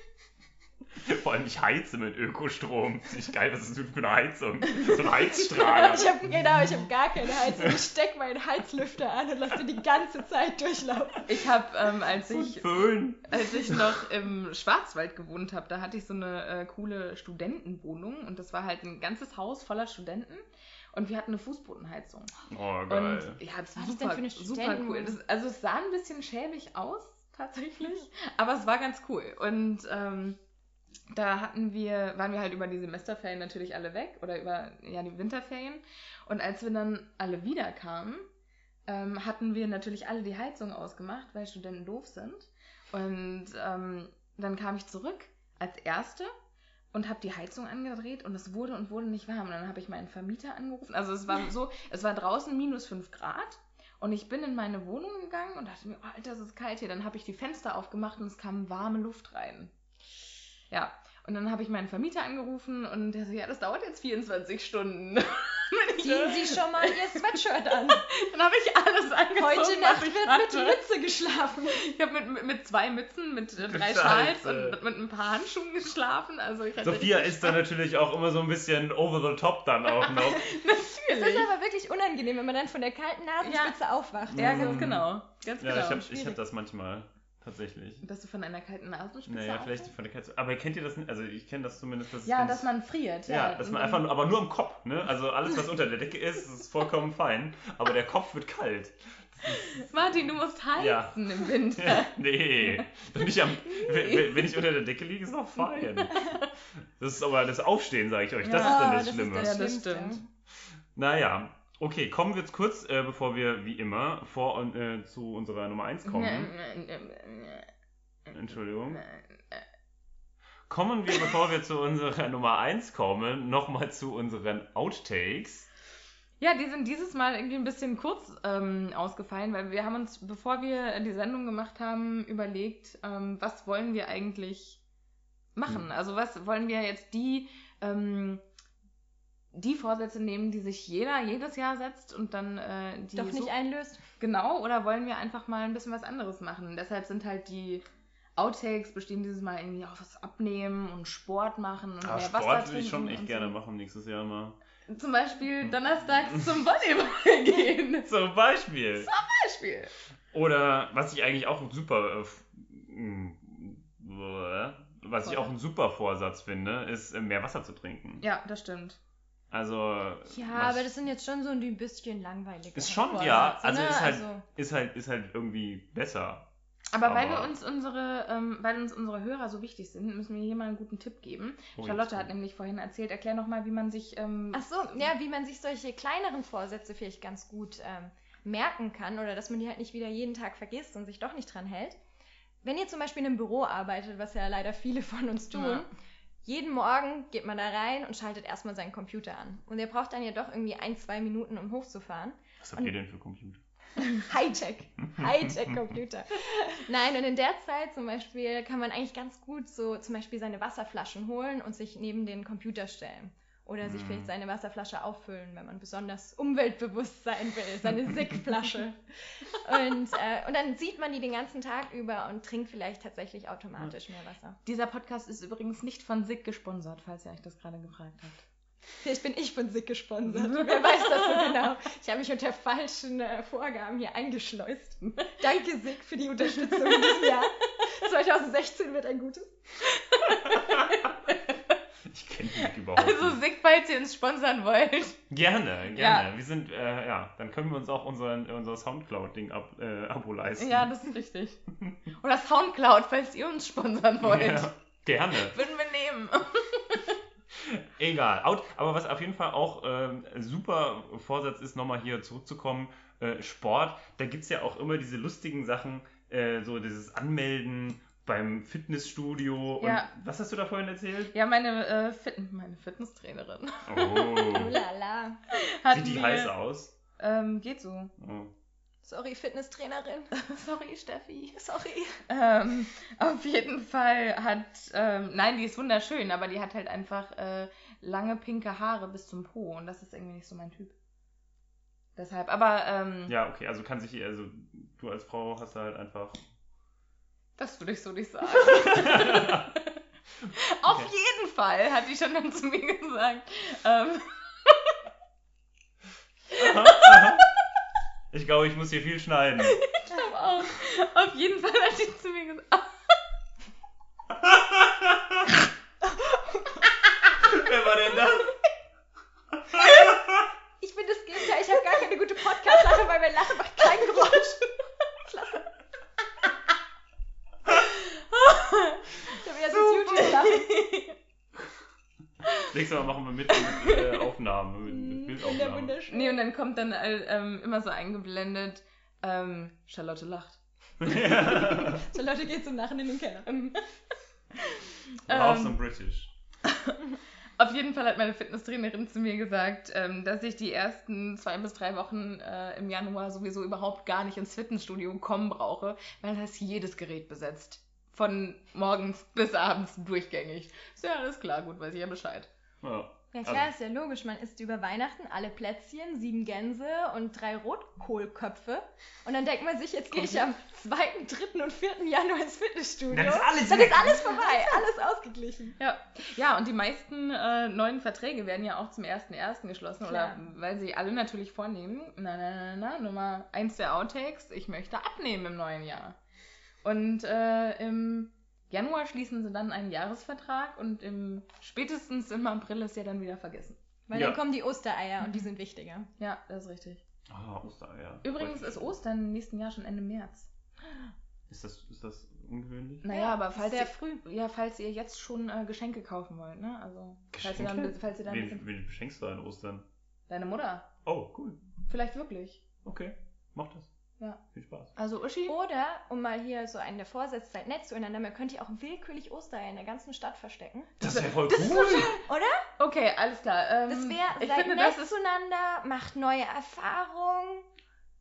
S1: Vor allem, ich heize mit Ökostrom. Ist nicht geil, was ist das für eine Heizung? So ein Heizstrahler.
S3: Ich hab, genau, ich habe gar keine Heizung. Ich steck meinen Heizlüfter an und lasse die ganze Zeit durchlaufen.
S2: Ich habe, ähm, als ich
S1: Föhn.
S2: Als ich noch im Schwarzwald gewohnt habe, da hatte ich so eine äh, coole Studentenwohnung und das war halt ein ganzes Haus voller Studenten und wir hatten eine Fußbodenheizung.
S1: Oh, geil.
S2: Und ja, das
S3: Was
S2: war
S3: war das
S2: super,
S3: denn für eine
S2: super
S3: Studentenwohnung?
S2: cool. Das, also es sah ein bisschen schäbig aus tatsächlich, aber es war ganz cool und ähm, da hatten wir, waren wir halt über die Semesterferien natürlich alle weg oder über ja, die Winterferien. Und als wir dann alle wiederkamen, ähm, hatten wir natürlich alle die Heizung ausgemacht, weil Studenten doof sind. Und ähm, dann kam ich zurück als Erste und habe die Heizung angedreht und es wurde und wurde nicht warm. Und dann habe ich meinen Vermieter angerufen. Also es war so, es war draußen minus 5 Grad. Und ich bin in meine Wohnung gegangen und dachte mir, oh, Alter, es ist kalt hier. Dann habe ich die Fenster aufgemacht und es kam warme Luft rein. Ja, und dann habe ich meinen Vermieter angerufen und der so, ja, das dauert jetzt 24 Stunden. Und ich-
S3: Ziehen Sie schon mal Ihr Sweatshirt an.
S2: dann habe ich alles angezogen.
S3: Heute Nacht
S2: was ich
S3: wird
S2: hatte.
S3: mit Mütze geschlafen.
S2: Ich habe mit, mit zwei Mützen, mit äh, drei
S1: Scheiße.
S2: Schals und mit, mit ein paar Handschuhen geschlafen. Also ich hatte
S1: Sophia
S2: richtig
S1: ist da natürlich auch immer so ein bisschen over the top dann auch noch.
S2: Spaß.
S3: Das ist
S2: natürlich.
S3: aber wirklich unangenehm, wenn man dann von der kalten Nasenspitze aufwacht.
S2: Ja,
S1: Mhm.
S2: ganz genau. Ganz
S1: ja, ich
S2: genau.
S1: habe ich hab das manchmal tatsächlich.
S2: Dass du von einer kalten Nasenspitze
S1: Naja, vielleicht
S2: aufwachst?
S1: von der Katze. Aber kennt ihr das nicht? Also ich kenne das zumindest. Dass es
S2: ne? Ja,
S1: ganz-
S2: dass man friert.
S1: Ja,
S2: Ja,
S1: dass
S2: Und
S1: man
S2: dann-
S1: einfach, nur- aber nur am Kopf, ne? Also alles, was unter der Decke ist, ist vollkommen fein. Aber der Kopf wird kalt.
S2: Martin, du musst heizen
S1: Ja.
S2: im Winter.
S1: nee, doch nicht am, wenn wenn ich unter der Decke liege, ist noch fein. Das ist aber das Aufstehen, sage ich euch, das
S2: Ja,
S1: ist dann
S3: Ah,
S1: das, Schlimme.
S2: Ja, das
S3: Schlimmste.
S2: stimmt.
S1: Naja, okay, kommen wir jetzt kurz, äh, bevor wir wie immer vor und, äh, zu unserer Nummer 1 kommen. Entschuldigung. Kommen wir, bevor wir zu unserer Nummer 1 kommen, nochmal zu unseren Outtakes.
S2: Ja, die sind dieses Mal irgendwie ein bisschen kurz ähm, ausgefallen, weil wir haben uns, bevor wir die Sendung gemacht haben, überlegt, ähm, was wollen wir eigentlich
S1: Hm.
S2: machen? Also was wollen wir jetzt die, ähm, die Vorsätze nehmen, die sich jeder jedes Jahr setzt und dann äh, die
S3: Doch nicht
S2: so-
S3: einlöst.
S2: genau oder wollen wir einfach mal ein bisschen was anderes machen? Deshalb sind halt die Outtakes bestehen dieses Mal irgendwie auf was abnehmen und Sport machen und
S1: Aber
S2: mehr
S1: Ah, Sport
S2: Wasser
S1: würde ich schon
S2: trinken
S1: echt
S2: und
S1: gerne Hm.
S2: so.
S1: machen nächstes Jahr mal.
S2: Zum Beispiel donnerstags zum Volleyball gehen.
S1: Zum Beispiel.
S2: Beispiel.
S1: Oder was ich eigentlich auch ein super, äh, f- m- äh, was ich auch ein super Vorsatz finde, ist äh, mehr Wasser zu trinken.
S2: Ja, das stimmt.
S1: Also
S3: Ja,
S1: was-
S3: aber das sind jetzt schon so ein bisschen ne? langweilig.
S1: Ist schon, ja. Also ist halt- ist halt ist halt irgendwie besser.
S2: Aber, weil
S1: Aber-
S2: wir uns unsere, ähm, weil uns unsere Hörer so wichtig sind, müssen wir hier mal einen guten Tipp geben.
S1: Oh, jetzt
S2: Charlotte hat
S1: kommt-
S2: nämlich vorhin erzählt, erklär noch mal, wie man sich. Ähm,
S3: Ach so, ja, wie man sich solche kleineren Vorsätze vielleicht ganz gut ähm, merken kann oder dass man die halt nicht wieder jeden Tag vergisst und sich doch nicht dran hält. Wenn ihr zum Beispiel in einem Büro arbeitet, was ja leider viele von uns tun,
S2: Ja.
S3: Jeden Morgen geht man da rein und schaltet erstmal seinen Computer an. Und der braucht dann ja doch irgendwie ein, zwei Minuten, um hochzufahren.
S1: Was habt ihr denn für Computer?
S3: Hightech. Hightech-Computer. Nein, und in der Zeit zum Beispiel kann man eigentlich ganz gut so zum Beispiel seine Wasserflaschen holen und sich neben den Computer stellen. Oder sich
S1: Mhm.
S3: vielleicht seine Wasserflasche auffüllen, wenn man besonders umweltbewusst sein will. Seine Sick-Flasche. und, äh, und dann sieht man die den ganzen Tag über und trinkt vielleicht tatsächlich automatisch mehr Wasser.
S2: Dieser Podcast ist übrigens nicht von SICK gesponsert, falls ihr euch das gerade gefragt habt.
S3: Vielleicht bin ich von Sick gesponsert. Wer weiß das so genau? Ich habe mich unter falschen äh, Vorgaben hier eingeschleust. Danke, Sick, für die Unterstützung in diesem Jahr. 2016 wird ein gutes.
S1: Ich kenne mich überhaupt
S2: Also
S1: nicht.
S2: SICK, falls ihr uns sponsern wollt.
S1: Gerne, gerne. Wir sind, äh, ja, dann können wir uns auch unseren, unser Soundcloud-Ding ab, äh, Abo leisten.
S2: Ja, das ist richtig. Oder Soundcloud, falls ihr uns sponsern wollt.
S1: Ja, Gerne.
S2: Würden wir nehmen.
S1: Egal. Out. Aber was auf jeden Fall auch ähm, super Vorsatz ist, nochmal hier zurückzukommen, äh, Sport, da gibt es ja auch immer diese lustigen Sachen, äh, so dieses Anmelden beim Fitnessstudio.
S2: Ja.
S1: Und was hast du da vorhin erzählt?
S2: Ja, meine, äh, Fit meine Fitnesstrainerin
S1: Oh.
S3: Oh la la.
S2: hat
S1: Sieht die
S2: mir-
S1: heiß aus?
S2: Ähm, geht so.
S1: Oh.
S3: Sorry, Fitnesstrainerin.
S2: Sorry, Steffi.
S3: Sorry.
S2: Ähm, auf jeden Fall hat, ähm, nein, die ist wunderschön, aber die hat halt einfach äh, lange pinke Haare bis zum Po und das ist irgendwie nicht so mein Typ. Deshalb, aber ähm,
S1: Ja, okay, also kann sich, also du als Frau hast da halt einfach.
S2: das würde ich so nicht sagen.
S1: okay.
S2: Auf jeden Fall, hat die schon dann zu mir gesagt. Ähm,
S1: Aha, aha. Ich glaube, ich muss hier viel schneiden.
S2: ich glaub auch. Auf jeden Fall hat die zu mir gesagt.
S1: Wer war denn das?
S3: Ich bin das Gegenteil. Ich habe gar keine gute Podcast-Sache, weil mein Lachen macht kein Geräusch. Klasse. Ich habe jetzt das YouTube-Lachen.
S1: Nächstes Mal machen wir mit, mit äh, Aufnahmen, mit,
S2: Hm,
S1: mit Bildaufnahmen.
S3: wunderschön.
S2: Nee, und dann kommt dann äh, ähm, immer so eingeblendet, ähm, Charlotte lacht.
S1: Ja.
S3: So, Leute, geht zum Lachen in den Keller.
S2: Ähm,
S1: Brauchst du ein British.
S2: Auf jeden Fall hat meine Fitnesstrainerin zu mir gesagt, ähm, dass ich die ersten zwei bis drei Wochen äh, im Januar sowieso überhaupt gar nicht ins Fitnessstudio kommen brauche, weil da ist jedes Gerät besetzt. Von morgens bis abends durchgängig. Ist ja alles klar, gut, weiß ich ja Bescheid.
S1: Ja. Also,
S3: Ja klar, ist ja logisch. Man isst über Weihnachten alle Plätzchen, sieben Gänse und drei Rotkohlköpfe. Und dann denkt man sich, jetzt gehe ich am 2., 3. und 4. Januar ins Fitnessstudio.
S1: Dann ist alles
S3: Dann
S1: weg.
S3: ist alles vorbei, alles ausgeglichen.
S2: Ja, ja und die meisten äh, neuen Verträge werden ja auch zum 1.1. geschlossen,
S3: Klar.
S2: oder weil sie alle natürlich vornehmen, na, na, na, na, Nummer eins der Outtakes, ich möchte abnehmen im neuen Jahr. Und äh, im Januar schließen sie dann einen Jahresvertrag und im spätestens im April ist ja dann wieder vergessen.
S3: Weil
S1: Ja.
S3: dann kommen die Ostereier und die sind wichtiger.
S2: Ja, das ist richtig.
S1: Ah, Ostereier.
S2: Übrigens ist Ostern im nächsten Jahr schon Ende März.
S1: Ist das, ist das ungewöhnlich?
S2: Naja,
S3: Ja,
S2: aber
S3: ist
S2: falls
S3: sehr
S2: ihr,
S3: früh.
S2: ja, falls ihr jetzt schon äh, Geschenke kaufen wollt, ne? Also, falls ihr dann,
S1: Geschenke?
S2: falls ihr dann ein
S1: Wen,
S2: bisschen,
S1: wen beschenkst du an Ostern?
S2: deine Mutter,
S1: Oh, cool.
S2: vielleicht wirklich.
S1: Okay. Mach das.
S2: Ja.
S1: Viel Spaß.
S2: Also Uschi?
S3: Oder, um mal hier so einen der Vorsätze halt nett zueinander, man könnte ja auch willkürlich Ostereier in der ganzen Stadt verstecken.
S1: Das wäre voll
S2: das ist
S1: cool.
S2: Okay, alles klar. Ähm,
S3: Das wäre,
S2: ich
S3: seid
S2: finde,
S3: nett
S2: das ist
S3: zueinander, macht neue Erfahrungen,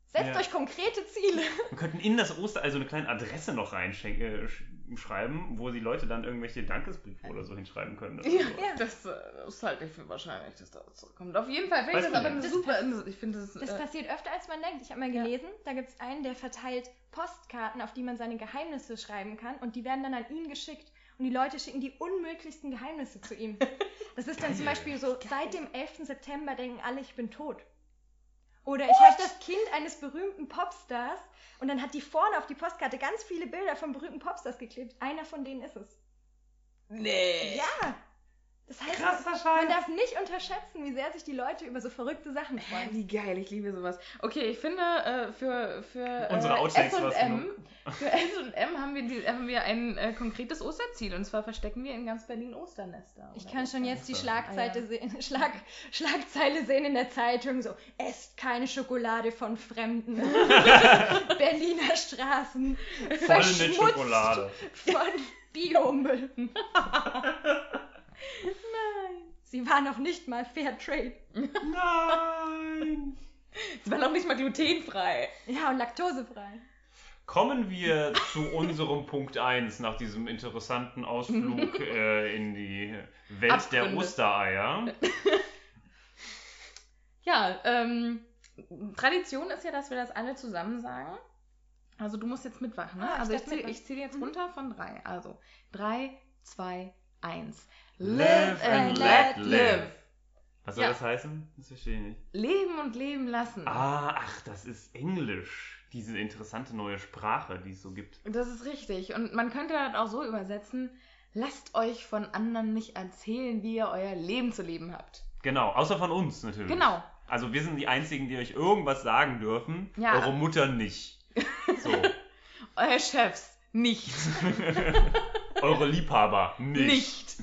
S3: setzt
S1: Ja.
S3: euch konkrete Ziele.
S1: Wir könnten in das Osterei so eine kleine Adresse noch reinschenken, äh, sch- schreiben, wo die Leute dann irgendwelche Dankesbriefe oder so hinschreiben können. Das ist so.
S2: ja, das äh, ist halt nicht für wahrscheinlich, dass das zurückkommt. Auf jeden Fall finde ich
S1: Weiß
S2: das
S1: man
S2: aber
S1: nicht.
S2: eine
S3: Das
S2: super. Ich finde das.
S3: Das
S2: äh,
S3: passiert öfter, als man denkt. Ich habe mal
S2: Ja.
S3: gelesen, da gibt es einen, der verteilt Postkarten, auf die man seine Geheimnisse schreiben kann und die werden dann an ihn geschickt. Und die Leute schicken die unmöglichsten Geheimnisse zu ihm. Das ist dann zum
S1: Geil.
S3: Beispiel so, seit dem 11. September denken alle, ich bin tot. Oder ich habe das Kind eines berühmten Popstars und dann hat die vorne auf die Postkarte ganz viele Bilder von berühmten Popstars geklebt. Einer von denen ist es.
S2: nee.
S3: Ja! Das heißt,
S1: Krasser
S3: man
S1: Scheiß.
S3: darf nicht unterschätzen, wie sehr sich die Leute über so verrückte Sachen
S2: Mann,
S3: freuen.
S2: Wie geil, ich liebe sowas. Okay, ich finde, äh, für, für äh,
S1: Unsere Outtakes war's
S2: S&M, für S&M haben wir, die, haben wir ein äh, konkretes Osterziel. Und zwar verstecken wir in ganz Berlin Osternester.
S3: Ich
S2: oder
S3: kann schon
S2: Ostern.
S3: jetzt die
S1: Ostern.
S3: Schlagzeile,
S2: Ah, ja.
S3: sehen, Schlag, Schlagzeile sehen in der Zeitung, so, esst keine Schokolade von Fremden. Berliner Straßen.
S1: Voll mit
S3: verschmutzt
S1: Schokolade.
S3: Von Biomüll. Nein. Sie war noch nicht mal Fair Trade.
S1: Nein!
S2: Es war noch nicht mal glutenfrei.
S3: Ja, und laktosefrei.
S1: Kommen wir zu unserem Punkt 1 nach diesem interessanten Ausflug äh, in die Welt der
S2: Abgründe.
S1: Ostereier.
S2: Ja, ähm, Tradition ist ja, dass wir das alle zusammen sagen. Also du musst jetzt mitmachen, ne?
S3: Ah, ich
S2: also ich
S3: darf
S2: zähle
S3: mitmachen.
S2: ich zähle jetzt runter von drei. Also drei, zwei, eins.
S1: Live and let live. Was soll
S2: Ja.
S1: das heißen? Das verstehe ich nicht.
S2: Leben und leben lassen.
S1: Ah, ach, das ist Englisch. Diese interessante neue Sprache, die es so gibt.
S2: Das ist richtig. Und man könnte das auch so übersetzen, lasst euch von anderen nicht erzählen, wie ihr euer Leben zu leben habt.
S1: Genau, außer von uns natürlich.
S2: Genau.
S1: Also wir sind die Einzigen, die euch irgendwas sagen dürfen.
S2: Ja.
S1: Eure Mutter nicht. So.
S2: Euer Chefs nicht.
S1: Eure Liebhaber nicht.
S2: Nicht.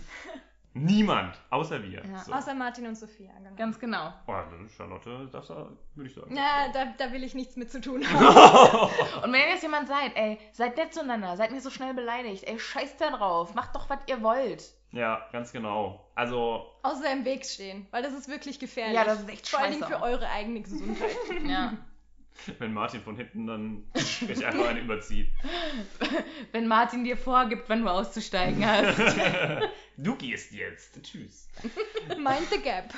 S1: Niemand, außer wir.
S2: Ja,
S1: so.
S3: Außer Martin und Sophia. Genau.
S2: Ganz genau.
S1: oh, also Charlotte, darfst du, würde ich sagen.
S3: Na, da, da will ich nichts mit zu tun haben.
S2: Und wenn ihr jetzt jemand seid, ey, seid nett zueinander, seid nicht so schnell beleidigt, ey, scheißt da drauf, macht doch, was ihr wollt.
S1: Ja, ganz genau. Also,
S3: Außer im Weg stehen, weil das ist wirklich gefährlich.
S2: Ja, das ist echt
S3: Vor allen Dingen
S2: scheiße.
S3: für eure eigene Gesundheit.
S2: Ja.
S1: wenn Martin von hinten dann mich einfach eine überzieht.
S2: Wenn Martin dir vorgibt, wann du auszusteigen hast.
S1: Du gehst jetzt. Tschüss.
S3: Mind the gap.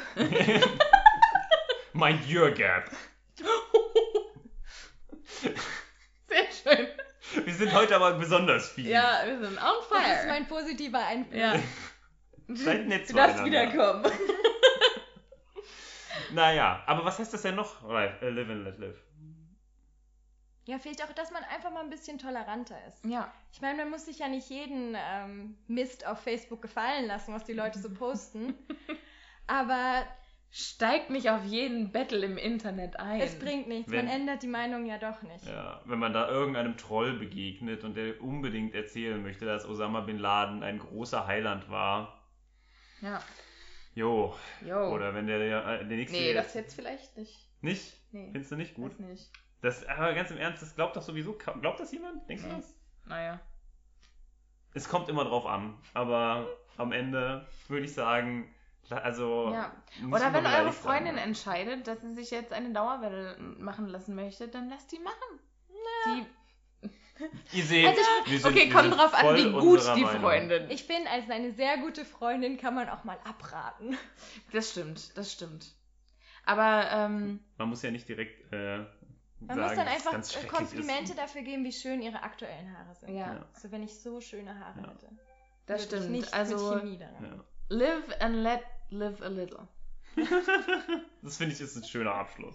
S1: Mind your gap.
S2: Sehr schön.
S1: Wir sind heute aber besonders viel.
S2: Ja, wir sind on fire.
S3: Das ist mein positiver Einfluss.
S2: ja.
S1: Seid nett
S2: Du darfst
S1: zueinander.
S2: wiederkommen.
S1: Naja, aber was heißt das denn noch? Right, äh, live and let live.
S3: Ja, fehlt auch, dass man einfach mal ein bisschen toleranter ist.
S2: Ja.
S3: Ich meine, man muss sich ja nicht jeden ähm, Mist auf Facebook gefallen lassen, was die Leute so posten. Aber
S2: Steigt nicht auf jeden Battle im Internet ein.
S3: es bringt nichts.
S1: Wenn-
S3: Man ändert die Meinung ja doch nicht.
S1: Ja, wenn man da irgendeinem Troll begegnet und der unbedingt erzählen möchte, dass Osama bin Laden ein großer Heiland war.
S2: Ja.
S1: Jo.
S2: Jo.
S1: Oder wenn der, der, der nächste.
S2: Oh. nee, das jetzt vielleicht nicht.
S1: Nicht?
S2: Nee.
S1: Findest du nicht gut?
S2: Weiß nicht.
S1: Das, aber ganz im Ernst, das glaubt doch sowieso. ka- Glaubt das jemand? Denkst du
S2: Nee.
S1: das?
S2: Naja.
S1: Es kommt immer drauf an. Aber am Ende würde ich sagen, also.
S2: Ja.
S1: muss
S2: Oder
S1: man
S2: wenn eure
S1: beleidigt
S2: Freundin
S1: sein. ne?
S2: entscheidet, dass sie sich jetzt eine Dauerwelle machen lassen möchte, dann lasst die machen. Die,
S1: Ihr seht,
S3: Also,
S1: wir sind,
S2: okay,
S1: wir
S2: kommt
S1: sind
S2: drauf an,
S1: voll
S2: wie gut
S1: unserer
S2: die
S1: Meinung.
S2: Freundin.
S3: Ich finde, als eine sehr gute Freundin kann man auch mal abraten.
S2: das stimmt, das stimmt. Aber ähm,
S1: Man muss ja nicht direkt. Äh,
S3: Man
S1: sagen,
S3: muss dann
S1: dass es
S3: einfach
S1: ganz
S3: äh,
S1: schrecklich
S3: Komplimente
S1: ist.
S3: dafür geben, wie schön ihre aktuellen Haare sind.
S2: ja,
S1: Ja.
S3: So, wenn ich so schöne Haare
S1: Ja.
S3: hätte.
S2: das
S3: würde ich
S2: stimmt.
S3: Nicht
S2: also
S3: mit Chemie daran.
S1: Ja.
S2: live and let live a little.
S1: Das finde ich ist ein schöner Abschluss.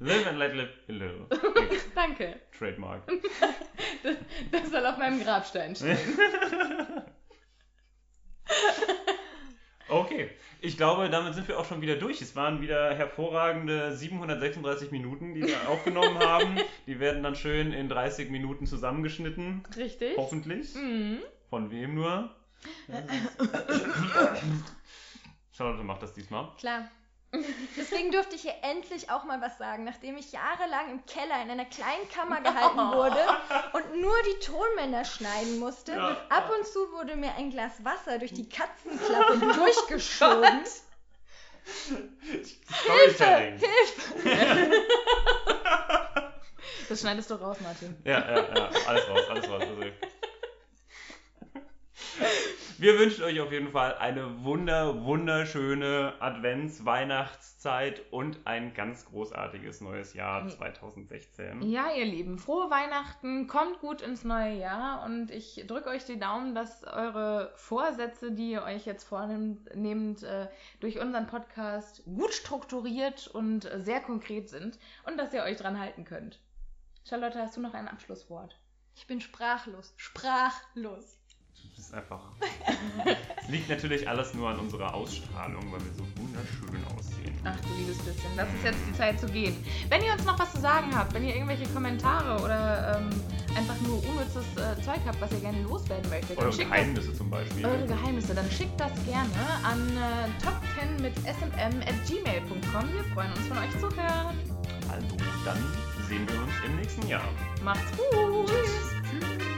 S1: live and let live a little.
S2: Danke.
S1: Trademark.
S2: Das, das soll auf meinem Grabstein stehen.
S1: Okay, ich glaube, damit sind wir auch schon wieder durch. Es waren wieder hervorragende 736 Minuten, die wir aufgenommen haben. Die werden dann schön in 30 Minuten zusammengeschnitten.
S2: Richtig?
S1: Hoffentlich.
S2: Mhm.
S1: Von wem nur? Charlotte macht das diesmal.
S3: Klar. Deswegen durfte ich hier endlich auch mal was sagen, nachdem ich jahrelang im Keller in einer kleinen Kammer gehalten wurde und nur die Tonmänner schneiden musste.
S1: Ja.
S3: Ab und zu wurde mir ein Glas Wasser durch die Katzenklappe durchgeschoben.
S1: Storytelling.
S2: Das schneidest du raus, Martin.
S1: Ja, ja, ja. Alles raus, alles raus. Also. Wir wünschen euch auf jeden Fall eine wunder, wunderschöne Advents-, Weihnachtszeit und ein ganz großartiges neues Jahr 2016.
S2: Ja, ihr Lieben, frohe Weihnachten, kommt gut ins neue Jahr und ich drücke euch die Daumen, dass eure Vorsätze, die ihr euch jetzt vornehmt, nehmt, äh, durch unseren Podcast gut strukturiert und äh, sehr konkret sind und dass ihr euch dran halten könnt. Charlotte, hast du noch ein Abschlusswort?
S3: Ich bin sprachlos. Sprachlos.
S1: Das ist einfach. Es liegt natürlich alles nur an unserer Ausstrahlung, weil wir so wunderschön aussehen.
S2: Ach du liebes bisschen, das ist jetzt die Zeit zu gehen. Wenn ihr uns noch was zu sagen habt, wenn ihr irgendwelche Kommentare oder ähm, einfach nur unnützes äh, Zeug habt, was ihr gerne loswerden möchtet, dann
S1: Eure
S2: schickt uns
S1: Geheimnisse zum Beispiel.
S2: eure Geheimnisse, dann schickt das gerne an äh, top10 mit smm at gmail.com. Wir freuen uns von euch zu hören.
S1: Also, dann sehen wir uns im nächsten Jahr.
S2: Macht's gut!
S1: Tschüss.